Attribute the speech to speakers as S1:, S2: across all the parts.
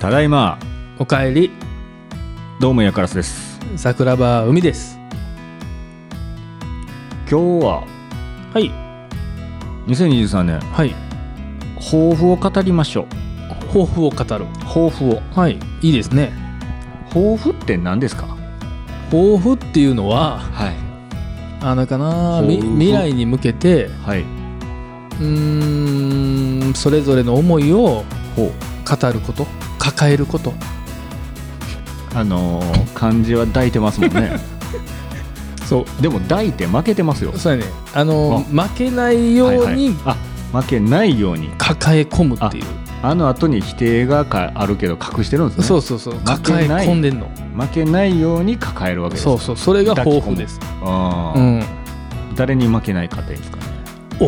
S1: ただいま
S2: おかえり
S1: どうもやからすです
S2: 桜庭海です
S1: 今日は
S2: はい
S1: 2023年
S2: はい
S1: 抱負を語りましょう
S2: 抱負を語ろう
S1: 抱負を
S2: はいいいですね
S1: 抱負って何ですか
S2: 抱負っていうのは
S1: はい
S2: あのかなみ
S1: 抱負
S2: 未来に向けて
S1: はいう
S2: ーんそれぞれの思いを
S1: ほう
S2: 語ること抱えること
S1: あのー、漢字は抱いてますもん ね
S2: そ
S1: でも抱いて負けてますよ
S2: うそうやねあの負けないように
S1: はいはいあ負けないように
S2: 抱え込むっていう、
S1: あの後に否定がかあるけど隠してるんですね
S2: そうそうそう
S1: 負けない
S2: 抱え込んでんの
S1: 負けないように抱えるわけです
S2: そうそうそれが抱負です
S1: あ
S2: う
S1: ー
S2: ん
S1: 誰に負けないかっていうんですかね
S2: 己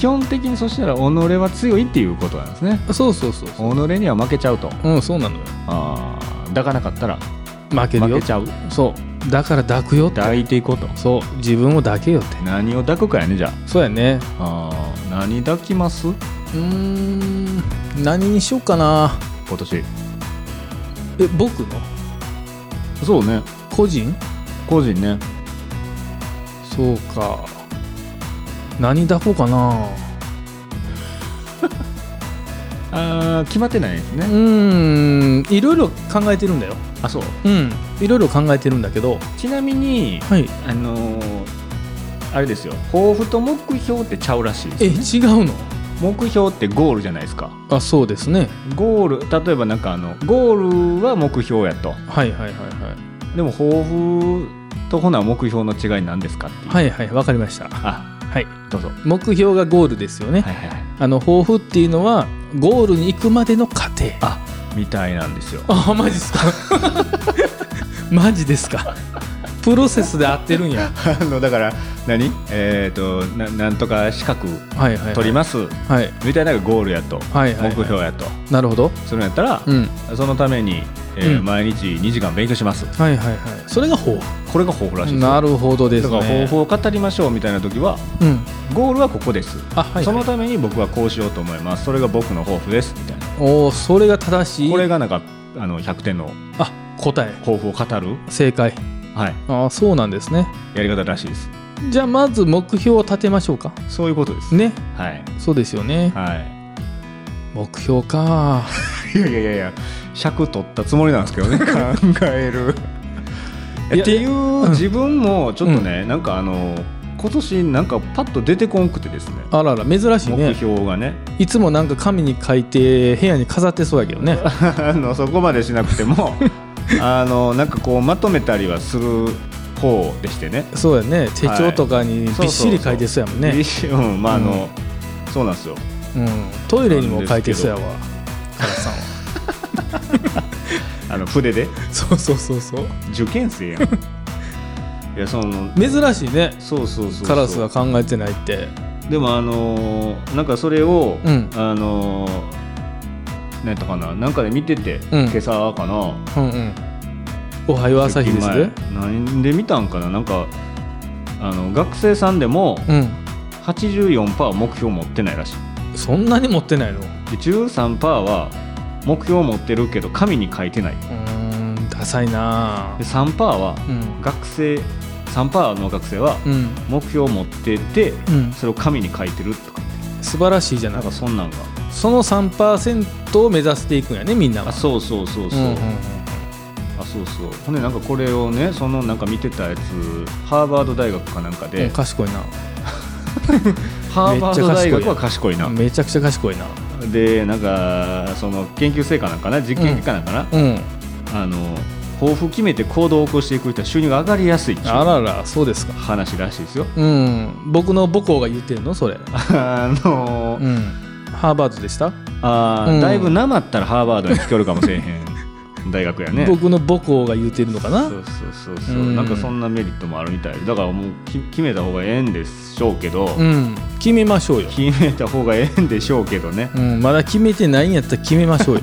S1: 基本的にそしたら己は強いっていうことなんですね
S2: そうそうそう
S1: 己
S2: そ
S1: には負けちゃうと
S2: ううんそうなのよ
S1: あー抱かなかったら
S2: 負ける
S1: 負
S2: よ
S1: けちゃう
S2: そうだから抱くよって
S1: 抱いていこうと
S2: そう自分を抱けよって
S1: 何を抱くかやねじゃ
S2: そうやね
S1: ああー何抱きます
S2: うーん何にしようかな
S1: 今年
S2: え僕の
S1: そうね
S2: 個人
S1: 個人ね
S2: そうか何抱こうかな
S1: あー決まってないです
S2: う
S1: ね
S2: ーんいろいろ考えてるんだよ
S1: あそう
S2: うんいろいろ考えてるんだけど
S1: ちなみに
S2: はい
S1: あのーあれですよ抱負と目標ってちゃうらしいです
S2: え違うの
S1: 目標ってゴールじゃないですか
S2: あそうですね
S1: ゴール例えばなんかあのゴールは目標やと
S2: はいはいはいはい
S1: でも抱負とほな目標の違い何ですかっていう
S2: はいはいわかりました
S1: あ
S2: はい
S1: どうぞは
S2: 目標がゴールですよね、
S1: いはいはい
S2: あの抱負っていうのはゴールに行くまでの過程
S1: あみたいなんですよ
S2: あマジですか マジですかプロセスで合ってるんや
S1: あのだから何えっ、とななんとか資格
S2: はいはい
S1: 取り
S2: ま
S1: ます
S2: すはい
S1: みたいなのがゴールやと、
S2: はいはいはい
S1: 目標やと
S2: なるほど
S1: それやったら
S2: う、ん
S1: そのために、えー
S2: うん
S1: 毎日2時間勉強します
S2: はいはいはいそれが抱
S1: これが抱負らしい
S2: 負
S1: ですよ
S2: なるほどです
S1: だ
S2: ね
S1: から抱負を語りましょうみたいな時は
S2: うん
S1: ゴールはここです、
S2: あはい、はい、
S1: そのために僕はこうしようと思いますそれが僕の抱負ですみたいな
S2: おーそれが正しい
S1: これがなんかあの100点の
S2: あ答え
S1: 抱負を語る、
S2: 正解
S1: はい、
S2: あーそうなんですね
S1: やり方らしいです
S2: じゃあまず目標を立てましょうか
S1: そういうことです
S2: ね
S1: はい
S2: そうですよね
S1: は
S2: 目標か
S1: い、いやいやいやいや尺取ったつもりなんですけど ね考える
S2: いや
S1: っていう自分もちょっとね、なんかあの今年なんかパッと出てこんくてですね
S2: あらら珍しい
S1: 目
S2: ね
S1: 標がね
S2: いつもなんか紙に書いて部屋に飾ってそうやけどね
S1: あのそこまでしなくて もあのなんかこうまとめたりはする方でしてね
S2: そうやね手帳とかにびっしり書いてそうやもんね、
S1: いいしうんまああの、そうなんですよ
S2: うん、トイレにも書いてそうやわ原さんは
S1: あの筆で
S2: そうそうそうそう
S1: 受験生や んいやその
S2: 珍しいね
S1: そうそうそうそう
S2: カラスが考えてないって
S1: でもあのーなんかそれを、
S2: うん
S1: あのーなんとかななんかで見てて、
S2: うん
S1: 今朝かな
S2: うんうんおはよう朝日です
S1: 出勤前なんで見たんかななんかあの学生さんでも
S2: うん
S1: 84%目標持ってないらし
S2: そんなに持ってないのう
S1: いで13%は目標持ってるけど紙に書いてない
S2: ーんダサいな
S1: で3%は
S2: うん
S1: 学生3%の学生は
S2: うん
S1: 目標持ってて
S2: うん
S1: それを紙に書いてるとか
S2: 素晴らしいじゃ
S1: な
S2: なんい
S1: かそんなんが
S2: その3%を目指していくんやねみんな
S1: あ
S2: が
S1: そうそうそうそう、
S2: うんうん
S1: あそうそうほんでなんかこれをねそのなんか見てたやつハーバード大学かなんか
S2: うんう
S1: で、
S2: ん賢い
S1: ハーバード大学は賢いな
S2: なめちゃくちゃ賢いな
S1: でなんかその研究成果なんかな実験結果なんかな、
S2: うん
S1: あの抱負決めて行動を起こしていく人は収入が上がりやすいっていう
S2: あららそうですか
S1: 話らしいですよ
S2: うん、僕の母校が言ってるのそれ、
S1: あのー
S2: うん、ハーバードでした、
S1: あー
S2: うん
S1: だいぶなまったらハーバードに聞けるかもしれへ ん大学やね
S2: 僕の母校が言ってるのかな
S1: そうそうそうそう、
S2: うん
S1: なんかそんなメリットもあるみたいでだからもうき決めた方がええんでしょうけど、
S2: うん決めましょうよ、
S1: 決めた方がええんでしょうけどね
S2: うん、まだ決めてないんやったら決めま しょうよ、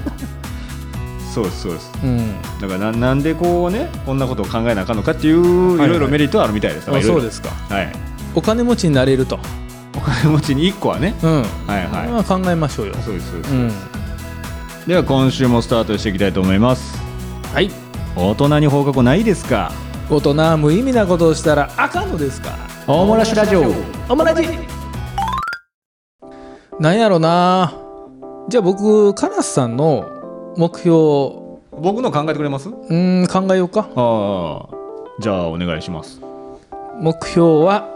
S1: そうですそうです
S2: うん、
S1: だからななんでこうねこんなことを考えなあかんのかっていう
S2: はいいはい
S1: ろいろメリットはあるみたいです、
S2: あそうですすか
S1: はい
S2: お金持ちになれると
S1: お金持ちに1個はね
S2: うん
S1: はいはい
S2: まあ考えましょうよ
S1: そうですそうです
S2: うん
S1: では今週もスタートしていきたいと思います
S2: はい
S1: 大人に放課後ないですか
S2: 大人は無意味なことをしたらあかんのですか
S1: 大漏らしラジオ
S2: おもらじなんやろなじゃあ僕カラスさんの目標を
S1: 僕の考えてくれます
S2: うーん考えようか
S1: ああじゃあお願いします
S2: 目標は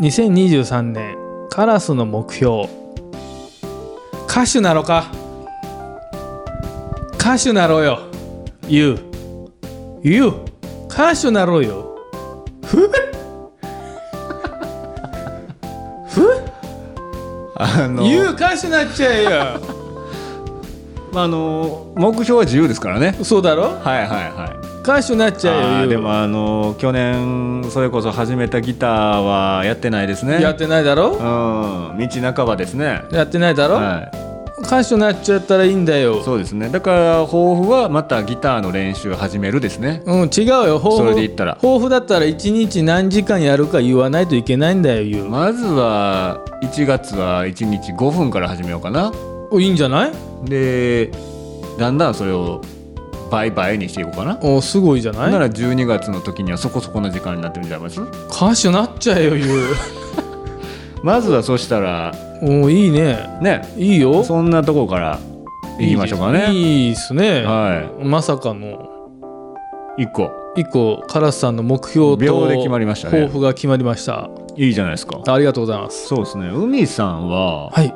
S2: 2023年カラスの目標歌手なのか歌手なろうよ You You 歌手なろうよ
S1: あの
S2: You 歌手なっちゃえよ
S1: まああの目標は自由ですからね
S2: そうだろ
S1: はいはいはい
S2: 歌手なっちゃえ
S1: あ
S2: よ
S1: ー
S2: You
S1: でもあの去年それこそ始めたギターはやってないですね
S2: やってないだ
S1: うん
S2: ろ
S1: 道半ばですね
S2: やってないだろ、
S1: は
S2: 歌手なっちゃったらいいんだ
S1: い
S2: よ
S1: そうですねだから抱負はまたギターの練習始めるですね
S2: うん違うよ抱負
S1: それで言ったら
S2: 抱負だったら1日何時間やるか言わないといけないんだよ You、
S1: まずは1月は1日5分から始めようかない
S2: いんじゃない
S1: でだんだんそれを倍々にしていこうかな
S2: おすごいじゃない
S1: なら12月の時にはそこそこの時間になってるんじゃないです
S2: 歌手なっちゃえよ You
S1: まずはそしたら
S2: おいいね
S1: ね
S2: いいよ
S1: そんなとこからいきましょうか
S2: いいです
S1: ね
S2: いいっすね
S1: は
S2: まさかの
S1: い1個
S2: 一個カラスさんの目標と
S1: 秒で決まりましたね
S2: 抱負が決まりました
S1: いいじゃないですか
S2: ありがとうございます
S1: そうですね海さんは
S2: はい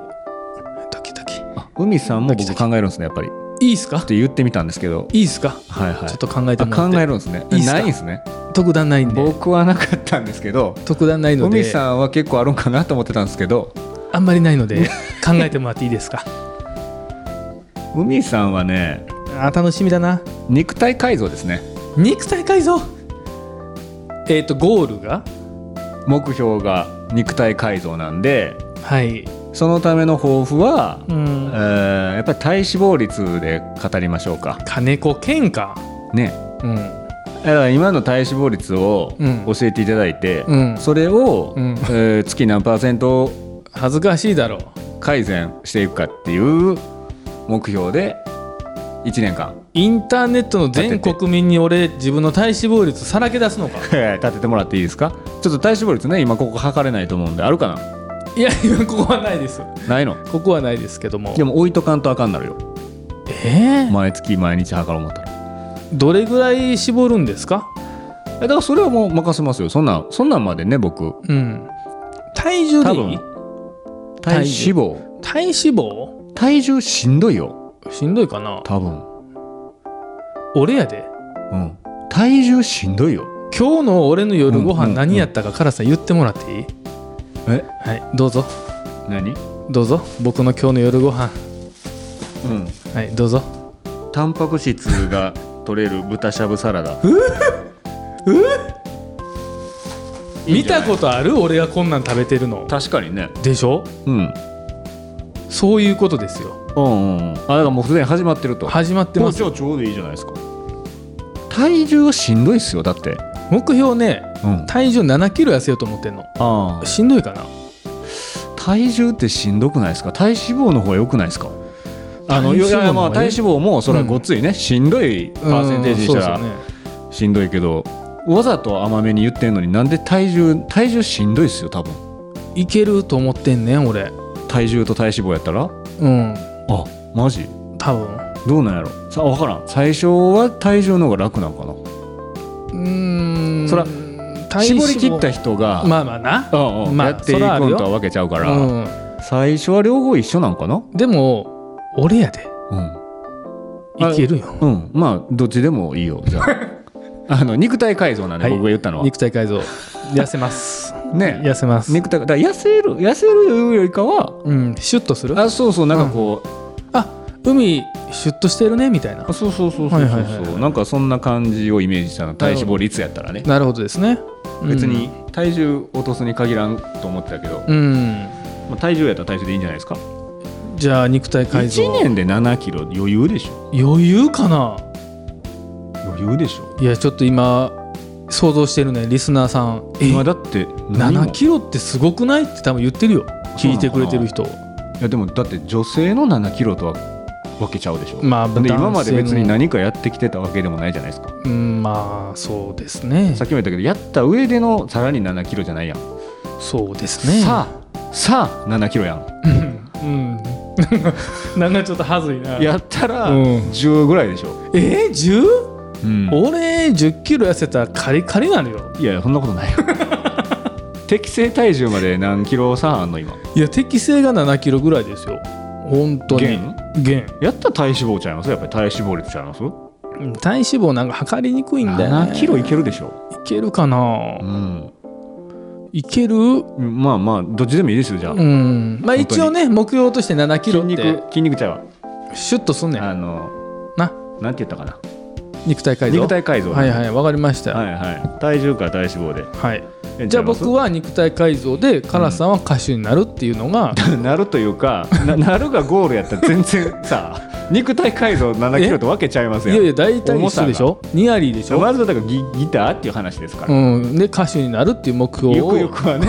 S2: ドキドキ
S1: あ海さんも僕考えるんですねやっぱり
S2: いいっすか
S1: って言ってみたんですけど
S2: いいっすか
S1: はいはい
S2: ちょっと考えて
S1: あ
S2: もらって
S1: 考えるんですね
S2: いいっすか
S1: ないんですね
S2: 特段ないんで
S1: 僕はなかったんですけど
S2: 特段ないの
S1: 海
S2: で
S1: さんは結構あるんかなと思ってたんですけど
S2: あんまりないので考えてもらっていいですか
S1: 海さんはね
S2: あ楽しみだな
S1: 肉体改造ですね
S2: 肉体改造えっ、とゴールが
S1: 目標が肉体改造なんで
S2: はい
S1: そのための抱負は、
S2: う
S1: え
S2: ん
S1: ーやっぱり体脂肪率で語りましょうか
S2: 金子健か
S1: ね
S2: うん
S1: だから今の体脂肪率を
S2: うん
S1: 教えていただいて、
S2: うん
S1: それを、
S2: うん
S1: えー月何パーセント
S2: 恥ずかしいだろう
S1: 改善していくかっていう目標で1年間
S2: インターネットの全国民に俺自分の体脂肪率さらけ出すのか
S1: 立ててもらっていいですかちょっと体脂肪率ね今ここ測れないと思うんであるかない
S2: や いやここはないです
S1: ないの
S2: ここはないですけども
S1: でも置いとかんとあかんなるよ
S2: えー
S1: 毎月毎日測ろう思ったら
S2: どれぐらい絞るんですか
S1: えだからそれはもう任せますよそんなんそんなんまでね僕
S2: うん体重
S1: 多
S2: でいい
S1: 分体脂肪
S2: 体脂肪
S1: 体重しんどいよ
S2: しんどいかな
S1: 多分、
S2: 俺やで
S1: うん、体重しんどいよ
S2: 今日の俺の夜ご
S1: うんうんう
S2: 飯
S1: ん
S2: 何やったかカラスさん言ってもらっていい
S1: え
S2: はいどうぞ
S1: 何
S2: どうぞ僕の今日の夜ご飯
S1: うん
S2: はいどうぞ
S1: タンパク質が取れる豚しゃぶサラダ
S2: 見たことある俺がこんなん食べてるの
S1: 確かにね
S2: でしょ
S1: うん
S2: そういうことですよ
S1: うんうんうんあだからもうすでに始まってると
S2: 始まって
S1: も
S2: ま
S1: う
S2: す
S1: じゃあちょうどいいじゃないですか体重はしんどいっすよだって
S2: 目標ね
S1: うん
S2: 体重7キロ痩せようと思ってんの
S1: ああ
S2: しんどいかな
S1: 体重ってしんどくないですか体脂肪の方が良くないですかあのい
S2: 体脂肪の方がいい
S1: やいやまあ体脂肪もそれはごっついね、しんどいパーセンテージしたら
S2: うんそうで
S1: しんどいけど、わざと甘めに言ってんのになんで体重体重しんどいっすよ多分
S2: すよねいけると思ってんねん俺
S1: 体重と体脂肪やったら
S2: うん
S1: あマジ
S2: 多分
S1: どうなんやろさ分からん最初は体重の方が楽なんかな
S2: うーん
S1: そら
S2: 体脂
S1: 絞
S2: 肪
S1: り切った人が、
S2: まあまあな
S1: うんうん
S2: まあ
S1: やっていく
S2: そらある
S1: の
S2: よ
S1: とは分けちゃうから、
S2: うん
S1: 最初は両方一緒なんかな
S2: でも俺やで
S1: うん
S2: いけるよ
S1: うん、まあどっちでもいいよじ ゃああの肉体改造なんで、
S2: はい
S1: 僕が言ったのは
S2: 肉体改造痩せま す
S1: ね
S2: 痩せます
S1: 肉体だから痩せる痩せるいうよりかは
S2: うんシュッとする
S1: あそうそうなんかこう、
S2: あ海シュッとしてるねみたいな
S1: あそうそうそうそうそうそう、
S2: はいはいはいはい
S1: なんかそんな感じをイメージしたの
S2: ど
S1: 体脂肪率やったらね
S2: なるほどですね
S1: 別に体重落とすに限らんと思ってたけど、
S2: うん、
S1: まあ、体重やったら体重でいいんじゃないですか
S2: うんじゃあ肉体改造
S1: 1年で7キロ余裕でしょ
S2: 余裕かな
S1: 余裕でしょ
S2: いやちょっと今想像してるねリスナーさんえ
S1: 今だって何も
S2: 7キロってすごくないって多分言ってるよ聞いてくれてる人
S1: いやでもだって女性の7キロとは分けちゃうでしょ、
S2: まあ
S1: で今まで別に
S2: 男
S1: 何かやってきてたわけでもないじゃないですか、
S2: 性のうんまあそうですね
S1: さっきも言ったけどやった上でのさらに7キロじゃないやん、
S2: そうですね
S1: さあさあ7キロやん
S2: うん なんかちょっとはずいな
S1: やったら
S2: うん
S1: 10ぐらいでしょ、
S2: えー、10?
S1: うん
S2: 俺1 0キロ痩せたらカリカリなるよ
S1: いやそんなこと ないよ適正体重まで何キロ差あんの今
S2: いや適正が7キロぐらいですよ本当に
S1: 減
S2: 減
S1: やったら体脂肪ちゃいますやっぱり体脂肪率ちゃいます
S2: うん体脂肪なんか測りにくいんだよ、ね、
S1: 7キロいけるでしょ、
S2: いけるかな
S1: うん、
S2: いける
S1: まあまあどっちでもいいですよじゃあ、
S2: うんま
S1: 本当
S2: あ
S1: に
S2: 一応ね目標として7キ
S1: 筋
S2: ロっ
S1: 肉
S2: て
S1: 筋肉ちゃいわ
S2: シュッとすんねん
S1: あの
S2: な
S1: なんて言ったかな
S2: 肉体改造
S1: 肉体改造
S2: はいはいわかりましたよ
S1: は
S2: はい、
S1: いはい体重から体脂肪でえ
S2: じゃあ
S1: 違います
S2: 僕は肉体改造でカラスさんは歌手になるっていうのが、
S1: なるというかななるがゴールやったら全然さ肉体改造7キロと分けちゃいます
S2: い
S1: よ
S2: やいや大体一緒でしょニアリーでしょ、
S1: まずはだからギギターっていう話ですから、
S2: うん、で歌手になるっていう目標を
S1: ゆくゆくはね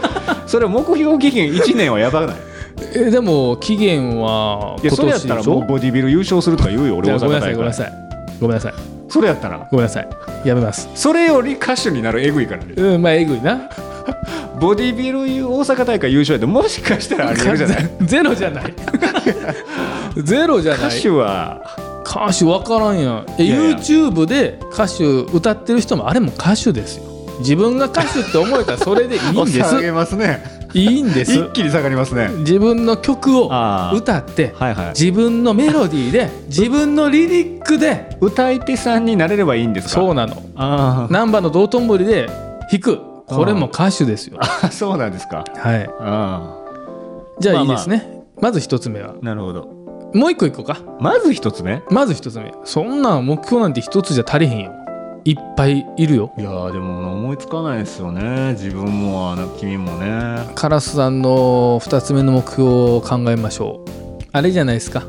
S1: それ目標期限1年はやばない
S2: えでも期限はい
S1: や
S2: 今
S1: それやっ
S2: 年
S1: た
S2: で
S1: ら
S2: し
S1: も
S2: ょ
S1: うボディビル優勝するとか言うよ俺
S2: じゃ
S1: 大
S2: あごめん
S1: 阪
S2: なさい
S1: 大
S2: ごめん
S1: 会
S2: なさいごめんなさい
S1: それやったら
S2: ごめんなさいやめます
S1: それより歌手になるえぐいからね
S2: うんまあえぐいな
S1: ボディビル大阪大会優勝やってもしかしたらありえるじ ゃない
S2: ゼロじゃない ゼロじゃない
S1: 歌手は
S2: 歌手分からんやんえ
S1: いやいや
S2: YouTube で歌手歌ってる人もあれも歌手ですよ自分が歌手って思えたらそれでいい んで
S1: 下げ
S2: す
S1: ますね
S2: いいんです
S1: 一気に下がりますね
S2: 自分の曲を
S1: あー
S2: 歌って
S1: はいはい
S2: 自分のメロディーで自分のリリックで
S1: 歌い手さんになれればいいんですか
S2: そうなの
S1: あ
S2: 難波の道頓堀で弾くこれも歌手ですよ
S1: あ そうなんですか
S2: はい
S1: あ
S2: じゃ
S1: ま
S2: あ
S1: あ
S2: いい
S1: まあ
S2: ですね、まず一つ目は
S1: あなるほど
S2: もう一個いこうか
S1: まず一つ目
S2: まず一つ目そんなん目標なんて一つじゃ足りへんよいっぱいいるよ
S1: いやーでも思いつかないですよね自分もあの君もね
S2: カラスさんの2つ目の目標を考えましょうあれじゃないですか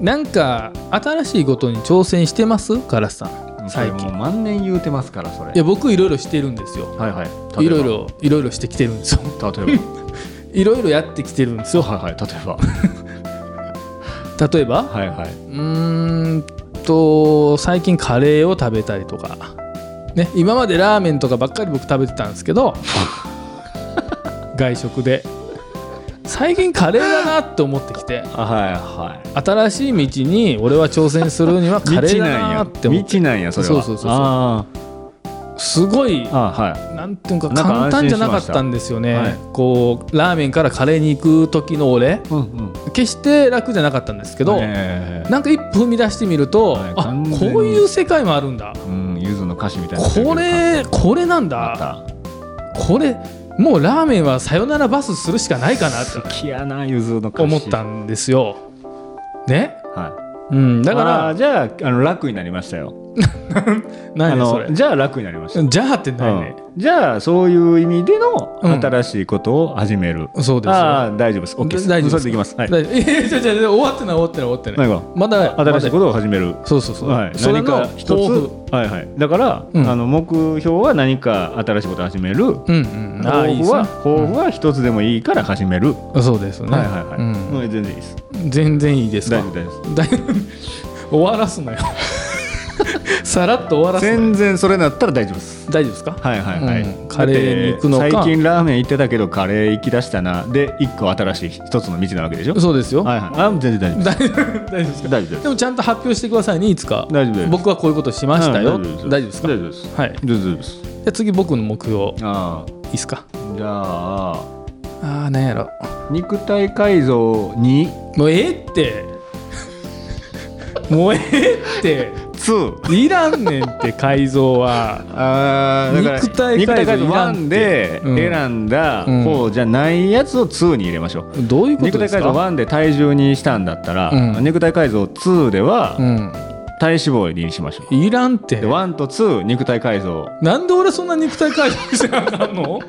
S2: なんか新しいことに挑戦してますカラスさん最
S1: それも
S2: 近
S1: う万年言うてますからそれ
S2: いや僕いろいろしてるんですよ
S1: はいはい
S2: いろいろいろいろしてきてるんですよ
S1: ろ例え
S2: いろいろやってきてるんです
S1: ば
S2: よ
S1: はいはい例えば
S2: 例えば、
S1: はいはいう
S2: ーんと最近カレーを食べたりとかね今までラーメンとかばっかり僕食べてたんですけど外食で最近カレーだなって思ってきて
S1: あはいはい
S2: 新しい道に俺は挑戦するにはカレーだなって思っ
S1: 道
S2: て
S1: なんやそれは
S2: そうそうそうそう
S1: あ
S2: すごい
S1: ーあーは
S2: なんていうか
S1: なんか
S2: 簡単じゃなかったんですよね、
S1: 安心しました
S2: こうラーメンからカレーに行く時の俺
S1: いうんうん
S2: 決して楽じゃなかったんですけど、
S1: え
S2: なんか一歩踏み出してみると、
S1: はい
S2: あ
S1: 完全に
S2: こういう世界もあるんだ
S1: ーうんゆずの歌詞みたいな
S2: これこれなんだ
S1: あっ
S2: これもうラーメンはさよならバスするしかないかな
S1: た
S2: って
S1: 好きやなゆずの歌詞
S2: 思ったんですよ。ね、
S1: はい
S2: うん、だ
S1: あー
S2: から
S1: じゃああの楽になりましたよあ
S2: 何ねそ
S1: の
S2: れ
S1: じゃあ楽になりました、
S2: じゃあってないね、
S1: うんじゃあそういう意味での
S2: うん
S1: 新しいことを始める、
S2: そうです
S1: ああ大丈夫ですオッケーです
S2: 大丈夫
S1: そ
S2: です
S1: れでいきますはい
S2: だいやいやいやいや終わってない終わってない終わってな
S1: 何
S2: い
S1: が
S2: まだ
S1: 新しいこととを始める
S2: そうそうそう、
S1: はい、
S2: それ
S1: 何
S2: の
S1: か一
S2: 抱負
S1: つ、はいはい、だから、
S2: うん
S1: あの目標は何か新しいことを始める
S2: うんうんああ
S1: 抱
S2: いいで
S1: 負
S2: すね
S1: は抱負は一つでもいいから始める、
S2: うんそうですね、
S1: はいはいはい、
S2: うん
S1: うん全然いいです
S2: 全然いいですか
S1: 大丈夫大丈夫
S2: だい 終わらすなよさらっと終わらすなよ
S1: 全然それだったら大丈夫です
S2: 大丈夫ですか
S1: はいはいはい、
S2: うんカレーに行くのか
S1: だって最近ラーメン行ってたけどカレー行きだしたなで一個新しい一つの道なわけでしょ
S2: そうですよ、
S1: はいはいあ全然大丈夫
S2: 大丈夫大丈夫ですか
S1: 大丈夫です
S2: でもちゃんと発表してくださいねいつか
S1: 大丈夫です
S2: 僕はこういうことしましたよ、
S1: うん
S2: 大丈夫ですか
S1: 大丈夫です
S2: はい
S1: 大丈夫です
S2: じゃあ次僕の目標い
S1: あ
S2: いですか
S1: あじゃあ
S2: あーなんやろ
S1: 肉体改造に
S2: もうええって もうええって
S1: 2
S2: いらんねんって改造は
S1: あーだから
S2: 肉体改造
S1: 肉体改造
S2: いらん
S1: 1で
S2: うん
S1: 選んだ方じゃないやつを2に入れましょう、
S2: どういうこと
S1: 肉体
S2: ですか
S1: 改造1で体重にしたんだったら、
S2: うん
S1: 肉体改造2では体脂肪にしましょう、
S2: うんいらんって
S1: で1と2肉体改造
S2: なんで俺そんな肉体改造してなあかんの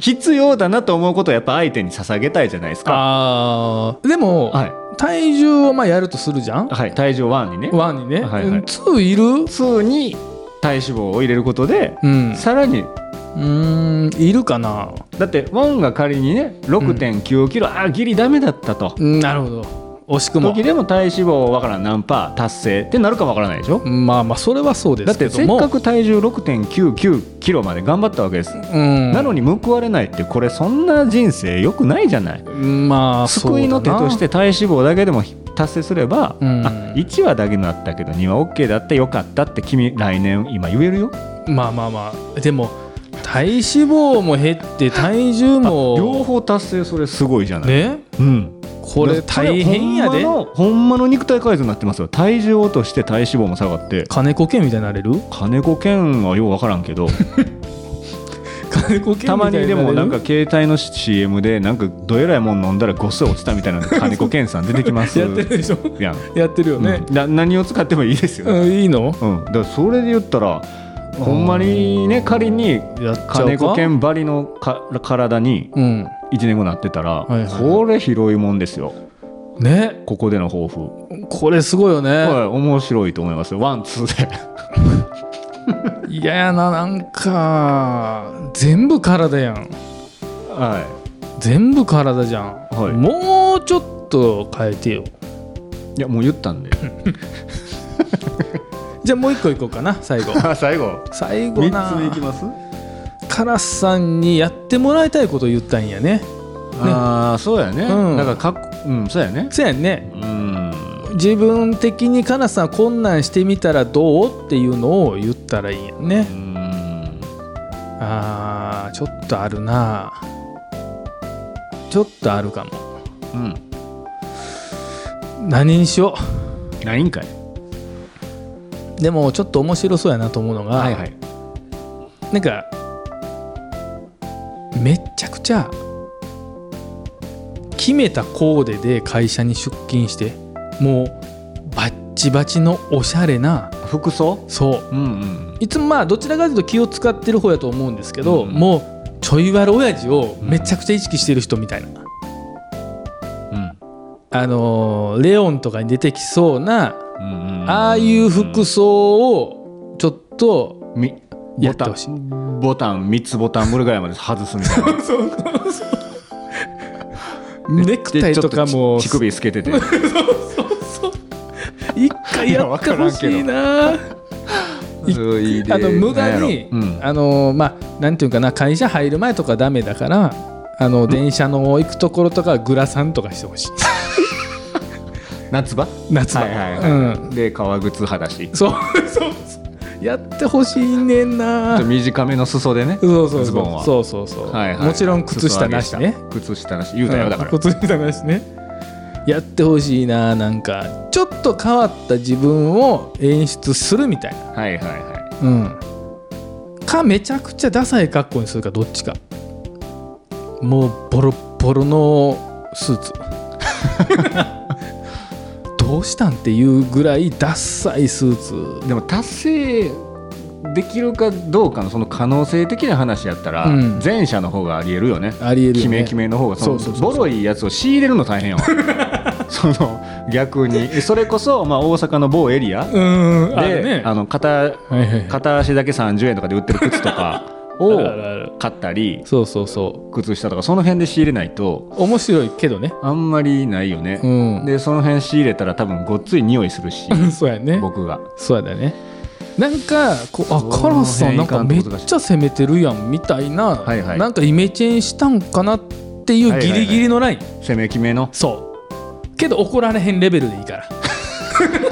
S1: 必要だなと思うことをやっぱ相手に捧げたいじゃないですか
S2: あーでも、
S1: はい
S2: 体重をまあやるとするじゃん
S1: はい体重1にね
S2: ワンにね、
S1: はいはい
S2: うんツーいる
S1: 2に体脂肪を入れることで、
S2: うんう
S1: さらに
S2: ーんいるかな
S1: だってワンが仮にね6 9キロ、あギリダメだったと
S2: うんなるほど惜しくも
S1: 時でも体脂肪わからん何パー達成ってなるかわからないでしょ、
S2: まあまあそれはそうで
S1: だっ
S2: すけ
S1: てせっ
S2: ども
S1: かく体重6 9 9ロまで頑張ったわけです、
S2: うん、
S1: なのに報われないってこれそんな人生良くないじゃない
S2: まあ
S1: 救いの手とし、て体脂肪だけでも達成すれば、
S2: そうだなうん、
S1: 1はだけなったけど2は OK だってよかったって君来年今言えるよ
S2: まあまあまあでも体脂肪も減って体重も
S1: 両方達成それすごいじゃない、
S2: ね
S1: うん、
S2: これ大変やで
S1: ほんまのほんまの肉体改造になってますよ体重落として体脂肪も下がって
S2: 金子犬みたいになれる
S1: 金子健はよう分からん けど
S2: 金子犬みた
S1: た
S2: い
S1: ま
S2: になれ
S1: に
S2: る
S1: でもなんか携帯の CM でなんかどえらいもん飲んだらごっそり落ちたみたいな ので金子健さん出てきます
S2: やってるでしょ
S1: やん、
S2: やってるよね、
S1: うんな何を使ってもいいですよ、
S2: うんいいの
S1: うん、だからそれで言ったらほんまにね仮に
S2: やっちゃうか
S1: 金子健ばりのか体に
S2: うん
S1: 1年後なってたら、
S2: はいはいはい
S1: これ広いもんですよ
S2: ね
S1: ここでの抱負、
S2: これすごいよね
S1: はい、面白いと思いますよワンツーで
S2: 嫌やななんか全部体やん
S1: は
S2: 全部体じゃん、
S1: はい
S2: もうちょっと変えてよ
S1: いいやもう言ったんで
S2: じゃあもう一個いこうかな最後
S1: 最後
S2: 最後な
S1: 3つ目いきます
S2: カラスさんにやってもらいたいことを言ったんやね
S1: ああそうやね、
S2: うん
S1: なんかかっうんそうやね
S2: そうやんね
S1: うん
S2: 自分的にカラスさんこんなんしてみたらどうっていうのを言ったらいいんやんね
S1: うん
S2: あーちょっとあるなちょっとあるかも
S1: うん
S2: 何にしよ
S1: ないんかいう
S2: でもちょっと面白そうやなと思うのが、
S1: はいはい
S2: なんかめっちゃくちゃ決めたコーデで会社に出勤してもうバッチバチのおしゃれな
S1: 服装
S2: そ
S1: う
S2: う
S1: んうん
S2: いつもまあどちらかというと気を使ってる方やと思うんですけど、
S1: うん
S2: もうちょい悪親父をめちゃくちゃ意識してる人みたいな、
S1: うん
S2: あのーレオンとかに出てきそうな
S1: うんうん
S2: ああいう服装をちょっと
S1: み
S2: や
S1: ボ
S2: って
S1: タ
S2: ほしい
S1: ンボタン3つボタンぐらいまで外すみたい な
S2: ネクタイとか
S1: でちょっ
S2: も
S1: と乳首透けて て
S2: 一回やってほしいな。い
S1: そういいで
S2: あの無駄
S1: なん
S2: に
S1: や、ろうん
S2: あのまあなんていうかな会社入る前とかダメだからあの電車の行くところとかはグラサンとかしてほしい
S1: 夏場
S2: 夏場、
S1: はいはいはいうで革靴裸足
S2: ん、そうそうそうやってほしいねんな
S1: 短めの裾でね
S2: そうそう
S1: ズ
S2: そ
S1: ボンは
S2: うそうそうそう、
S1: はいはい
S2: もちろん靴下なしね
S1: 靴下なし言うたよだから
S2: うん靴下なしねやってほしいななんかちょっと変わった自分を演出するみたいな
S1: はいはいは
S2: うんかめちゃくちゃダサい格好にするかどっちかもうボロッボロのスーツ どうしたんっていうぐらいダッサいスーツ
S1: いでも達成できるかどうかのその可能性的な話やったら、
S2: うん
S1: 前者の方がありえるよね
S2: ありえる
S1: キ
S2: よね
S1: メキメの方がその
S2: そうそうそうそう
S1: ボロいやつを仕入れるの大 変やわその逆にそれこそ、まあ、大阪の某エリアで、
S2: うんあるね
S1: あの片
S2: はいはいはい
S1: 片足だけ30円とかで売ってる靴とか
S2: あるあ
S1: を
S2: るある
S1: 買ったり
S2: そうそうそ
S1: 靴下とかその辺で仕入れないと
S2: う面白いけどね
S1: あんまりないよね、
S2: うん
S1: でその辺仕入れたら多分ごっつい匂いするし
S2: そうやね
S1: 僕が
S2: そうやだねなんかこう
S1: そ
S2: あ
S1: の
S2: カラスさ
S1: 辺
S2: んないん
S1: か
S2: か
S1: ん
S2: めっちゃ攻めてるやんみたいな、
S1: はいはい
S2: なんかイメチェンしたんかなってい
S1: はいは
S2: う
S1: い
S2: ギ
S1: はい
S2: リギリのライン、
S1: 攻めきめの
S2: そうけど怒られへんレベルでいいから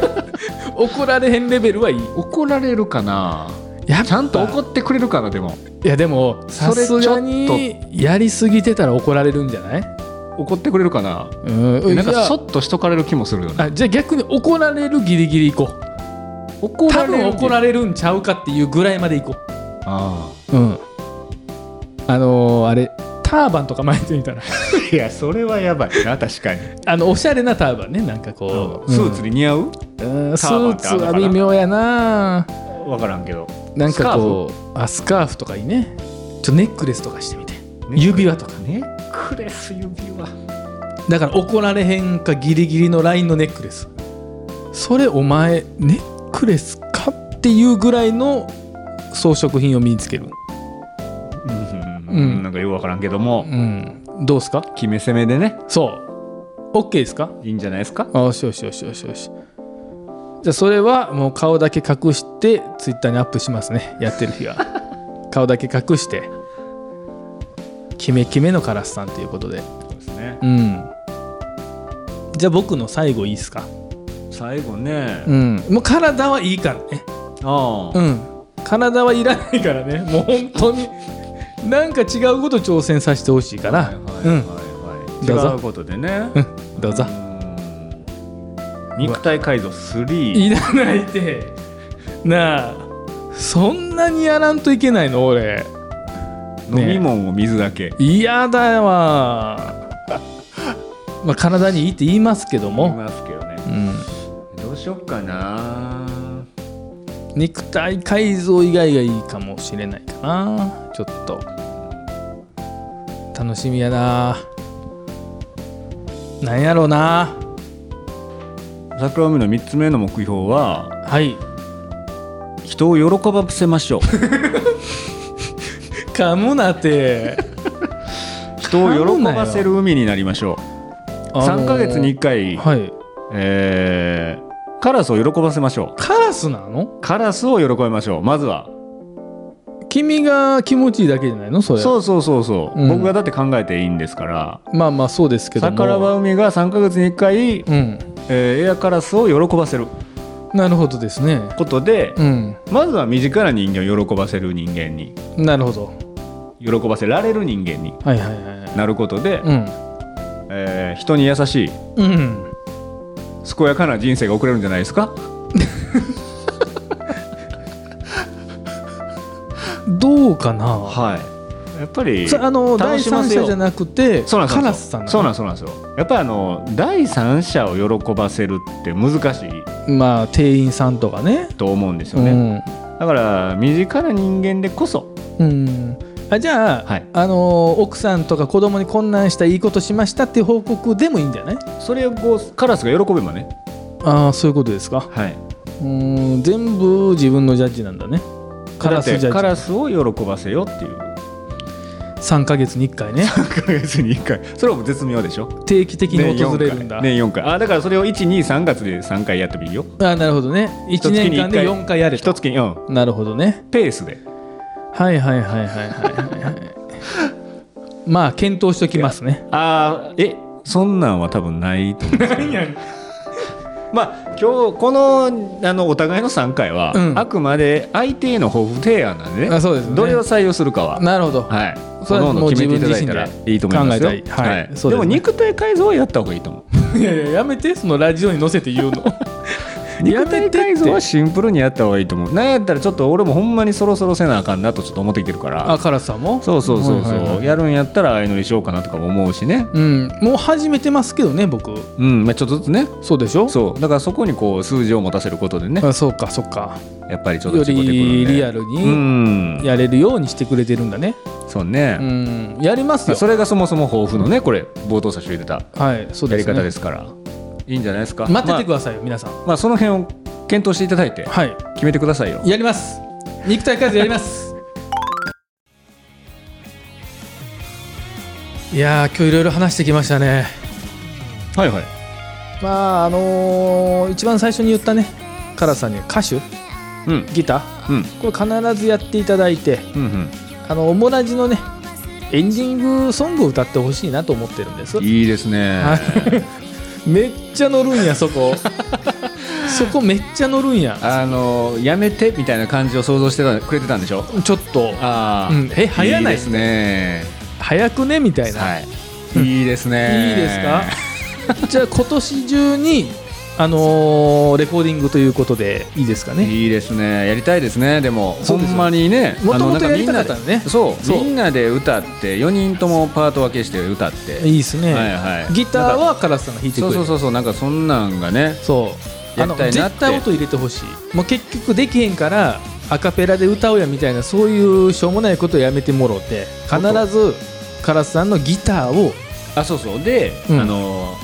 S2: 怒られへんレベルはいい
S1: 怒られるかな
S2: やっぱ
S1: ちゃんと怒ってくれるかなでも
S2: いやでもさすが
S1: そ
S2: に
S1: れ
S2: やりすぎてたら怒られるんじゃない
S1: 怒ってくれるかな
S2: うん
S1: なん
S2: じゃ
S1: か
S2: あ
S1: そっとしとかれる気もするよね
S2: あじゃあ逆に怒られるギリギリ行こう
S1: 怒
S2: 多分怒ら
S1: れ
S2: れるんちゃうかっていうぐらいまで行こう
S1: あ
S2: うん。あのーあれ、ターバンとか巻いて みたら、
S1: あいやそれはやばいな確 かに、
S2: あの、おしゃれなターバンね、なんかこう。
S1: スーツに似合う
S2: うんうん
S1: タ
S2: ス
S1: ーバン
S2: ー
S1: って
S2: ツ
S1: あんのか
S2: は
S1: な
S2: 微妙やな
S1: 分からんけど
S2: なんかこう、あ、スカーフとかいいね。ちょ、ネックレスとかしてみて。指輪とか。
S1: ネックレス指輪
S2: だから怒られへんかギリギリのラインのネックレス。それお前、ネックレスかっていうぐらいの装飾品を身につける、
S1: うん
S2: う
S1: うんん、なんかよくわからんけども、
S2: うん、どうですか
S1: 決め攻めでね
S2: そう OK ですか
S1: いいんじゃないですか
S2: あよしよしよしよしよしじゃあそれはもう顔だけ隠してツイッターにアップしますねやってる 日は顔だけ隠してキメキメのカラスさんということで
S1: そうですね
S2: うんじゃあ僕の最後いいですか
S1: 最後ね、
S2: うんもう体はいいからね
S1: ああ、
S2: うん体はいらないからねもう本当 になんか違うこと挑戦させてほしいから、
S1: はいはいはいはい
S2: どうぞ
S1: 違うことでね
S2: うんうんどうぞ
S1: うん肉体改造3
S2: いらないってなあそんなにやらんといけないの俺ね
S1: 飲み物を水だけ、
S2: 嫌だわ まあ体にいいって言いますけど
S1: 言い
S2: も、
S1: ますけどね
S2: うん、
S1: どうしよっかな
S2: 肉体改造以外がいいかもしれないかなちょっと楽しみやななんやろうな
S1: 桜を見る3つ目の目標は
S2: はい
S1: 人を喜ばせましょう
S2: 噛む なて
S1: 人を喜ばせる海になりましょう3ヶ月に1回、
S2: はい
S1: えーカラスを喜ばせましょ
S2: カラスなの
S1: うカラスを喜びましょうまずは
S2: 君が気持ちいいだけじゃないのそれ
S1: そうそうそうそう、
S2: うん
S1: 僕がだって考えていいんですから
S2: まあまあそうですけども
S1: 桜庭海が3ヶ月に1回、
S2: うん
S1: えーエアカラスを喜ばせる
S2: なるほどですね
S1: ことで、
S2: うん
S1: まずは身近な人間を喜ばせる人間に
S2: なるほど
S1: 喜ばせられる人間に
S2: はいはいはいはい
S1: なることで、
S2: うん
S1: えー人に優しい
S2: うん
S1: 健やかな人生が送れるんじゃないですか
S2: どうかな、
S1: はいやっぱり
S2: それあの
S1: 楽
S2: 第
S1: しま
S2: 三
S1: せよ
S2: 者じゃなくて
S1: そうなんです
S2: カラスさんなの
S1: そうなんですそうなんですよやっぱりあの第三者を喜ばせるって難しい
S2: まあ店員さんとかね
S1: と思うんですよね、だから身近な人間でこそ
S2: うん、うんあじゃあ、
S1: はい
S2: あの奥さんとか子供にこんなんしたいいことしましたっていう報告でもいいんじゃない
S1: それをこうカラスが喜べばね
S2: ああそういうことですか
S1: はい
S2: うん全部自分のジャッジなんだねカラスジ
S1: だってカ
S2: ャッ
S1: ラスを喜ばせようっていう
S2: ジ3か月に1回ね
S1: 1ヶ月に1回それはもう絶妙でしょ
S2: 定期的に訪れるんだ、
S1: 年4回年4回あだからそれを123月で3回やってもいいよ
S2: ああなるほどね1
S1: 月に
S2: 年間で
S1: 一回
S2: 4回やれ
S1: 一
S2: と
S1: 月にうん
S2: なるほどね
S1: ペースで
S2: はいはいはいはいはいはいはい まあ検討しときますね
S1: あーえそんなんは多分ないと思う
S2: 何や
S1: まあ今日このあのお互いの3回は、
S2: うん
S1: あくまで相手への抱負提案なんでね
S2: あそうですね
S1: どれを採用するかは
S2: なるほど、
S1: はい
S2: それは
S1: 各
S2: も
S1: 々
S2: う
S1: 決めていただいたら
S2: 自分自身で
S1: いいと思いますよ
S2: 考えたいはいそう
S1: で
S2: ですね
S1: も肉体改造はやった方がいいと思う
S2: い、やいややめてそのラジオに載せて言う のや
S1: 肉
S2: めて
S1: 体
S2: って
S1: 改造はシンプルにやった方がいいと思うなんやったらちょっと俺もほんまにそろそろせなあかんなとちょっと思ってきてるから
S2: あカラスさんも
S1: そうそうそうそう、
S2: はいはいはい
S1: やるんやったらああいうのにしようかなとかも思うしね
S2: うんもう始めてますけどね僕
S1: うん、まあ、ちょっとずつね
S2: そうでしょ
S1: そうだからそこにこう数字を持たせることでね
S2: あそうかそうか
S1: やっぱりちょっと
S2: よ
S1: 違ってくる
S2: り
S1: んで
S2: リアル
S1: う
S2: に
S1: ん
S2: やれるようにしてくれてるんだね
S1: そうね、
S2: うんやります
S1: まあ
S2: よ
S1: それがそもそも抱負のねこれ冒頭差し入れた
S2: はいそう
S1: や
S2: で
S1: り
S2: す、ね、
S1: 方ですからいいんじゃないですか
S2: 待っててく
S1: ま
S2: ださいよ、皆さん
S1: あ、まあその辺を検討していただいて
S2: はい
S1: 決めてくださいよ
S2: やります肉体改造やりますいやー今日いろいろ話してきましたね
S1: はいはい
S2: まああのー一番最初に言ったねカラスさんには歌手
S1: うん
S2: ギタ
S1: うん
S2: ーこれ必ずやっていただいて
S1: うん
S2: あのオモラジのねエンディングソングを歌ってほしいなと思ってるんです
S1: うんいいですね
S2: めっちゃ乗るんやそ こそこめっちゃ乗るんや
S1: あのやめてみたいな感じを想像してたくれてたんでしょ
S2: ちょっと
S1: ああ、
S2: うんえ早ない
S1: いですね
S2: 早くねみたいな、
S1: はいいいですね
S2: いいですか じゃあ今年中にあのーレコーディングということでいいですかね
S1: いいですねやりたいですねでも
S2: そ
S1: ほ
S2: うですよ
S1: んまにね
S2: もともと
S1: あのな
S2: や
S1: んみ
S2: り
S1: ん
S2: たか
S1: な
S2: っ
S1: で
S2: たのね
S1: そう
S2: そう
S1: みんなで歌って4人ともパート分けして歌って
S2: いいですね、
S1: はいはい
S2: ギターはカラスさんが弾いてく
S1: そう
S2: れる
S1: そうそうそうなんかそんなんがね
S2: そうあ
S1: や
S2: の
S1: りたいなって
S2: 絶対音入れてほしいもう結局できへんからアカペラで歌おうやみたいなそういうしょうもないことをやめてもろて必ずカラスさんのギターを
S1: あそうそうで、
S2: うん
S1: あの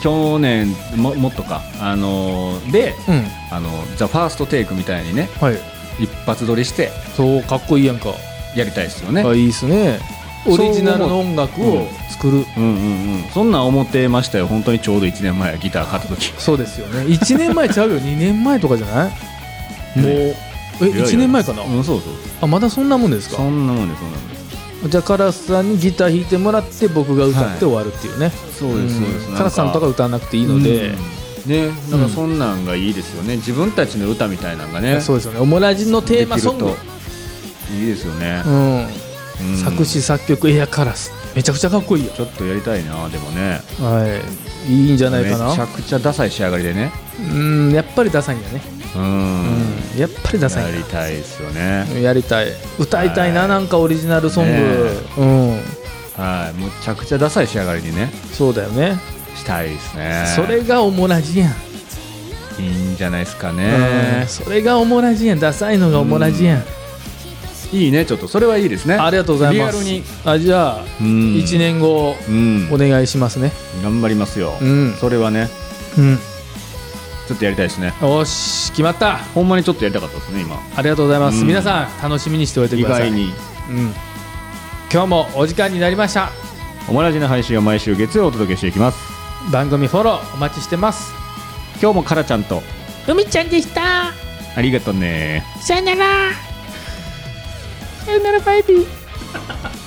S1: 去年ももっとかあので
S2: うん
S1: あの「ザ・ファーストテイクみたいにね
S2: はい
S3: 一発撮りして
S2: そうかっこいいやんか、
S3: やりたいですよね、
S2: あいいっすね
S1: そう
S2: オ
S1: 思う
S2: リジナルの音楽を作る、
S1: うんうんうんそんなん思ってましたよ本当にちょうど1年前ギター買った時
S2: そうですよね1年前ちゃうよ2年前とかじゃないもうえ1年前かな
S1: うんそうそう
S2: あまだそんなもんですか
S1: そんなもんですそんなもんです
S2: じゃあカラスさんにギター弾いてもらって僕が歌って終わるっていうね、
S1: そううんですそうです
S2: カラスさんとか歌わなくていいので、
S1: うんねなんかそんなんがいいですよね自分たちの歌みたいなのがね
S2: そうですよねオモラジのテーマソング、
S1: できるといいですよね
S2: う、ん
S1: うん
S2: 作詞作曲エアカラスめちゃくちゃかっこいいよ
S1: ちょっとやりたいなでもね
S2: はいいいんじゃない
S1: め
S2: か
S1: ちゃ
S2: な
S1: くちゃダサい仕上がりでね
S2: うんやっぱりダサいんだね、
S1: うん
S2: うん、やっぱりダサ
S1: や
S2: い
S1: り
S2: な
S1: たいですよね
S2: やりたい歌いたいな、
S1: はい
S2: なんかオリジナルソング、
S1: ね
S2: うん
S1: はいむちゃくちゃダサい仕上がりにね
S2: そうだよね、
S1: したいですね
S2: それがオモラジやん、
S1: いいんじゃないですかね
S2: うん、それがオモラジやんダサいのがオモラジやん、
S1: いいねちょっとそれはいいですね
S2: ありがとうございます
S1: リアルに
S2: あじゃあ、
S1: うん
S2: 1年後
S1: うん
S2: お願いしますね
S1: 頑張りますよ
S2: うん
S1: それはね
S2: うん
S1: ちょっとやりたいですね
S2: よし決まった
S1: ほんまにちょっとやりたかったですね今
S2: ありがとうございます、
S1: うん
S2: 皆さん楽しみにしておいてく
S1: 意
S2: ださい
S1: 外に
S2: うん、今日もお時間になりました
S1: おもらじの配信を毎週月曜お届けしていきます
S2: 番組フォローお待ちしてます
S1: 今日もカラちゃんと
S4: うみちゃんでした
S1: ありがとうね
S4: さよならさよならバイビー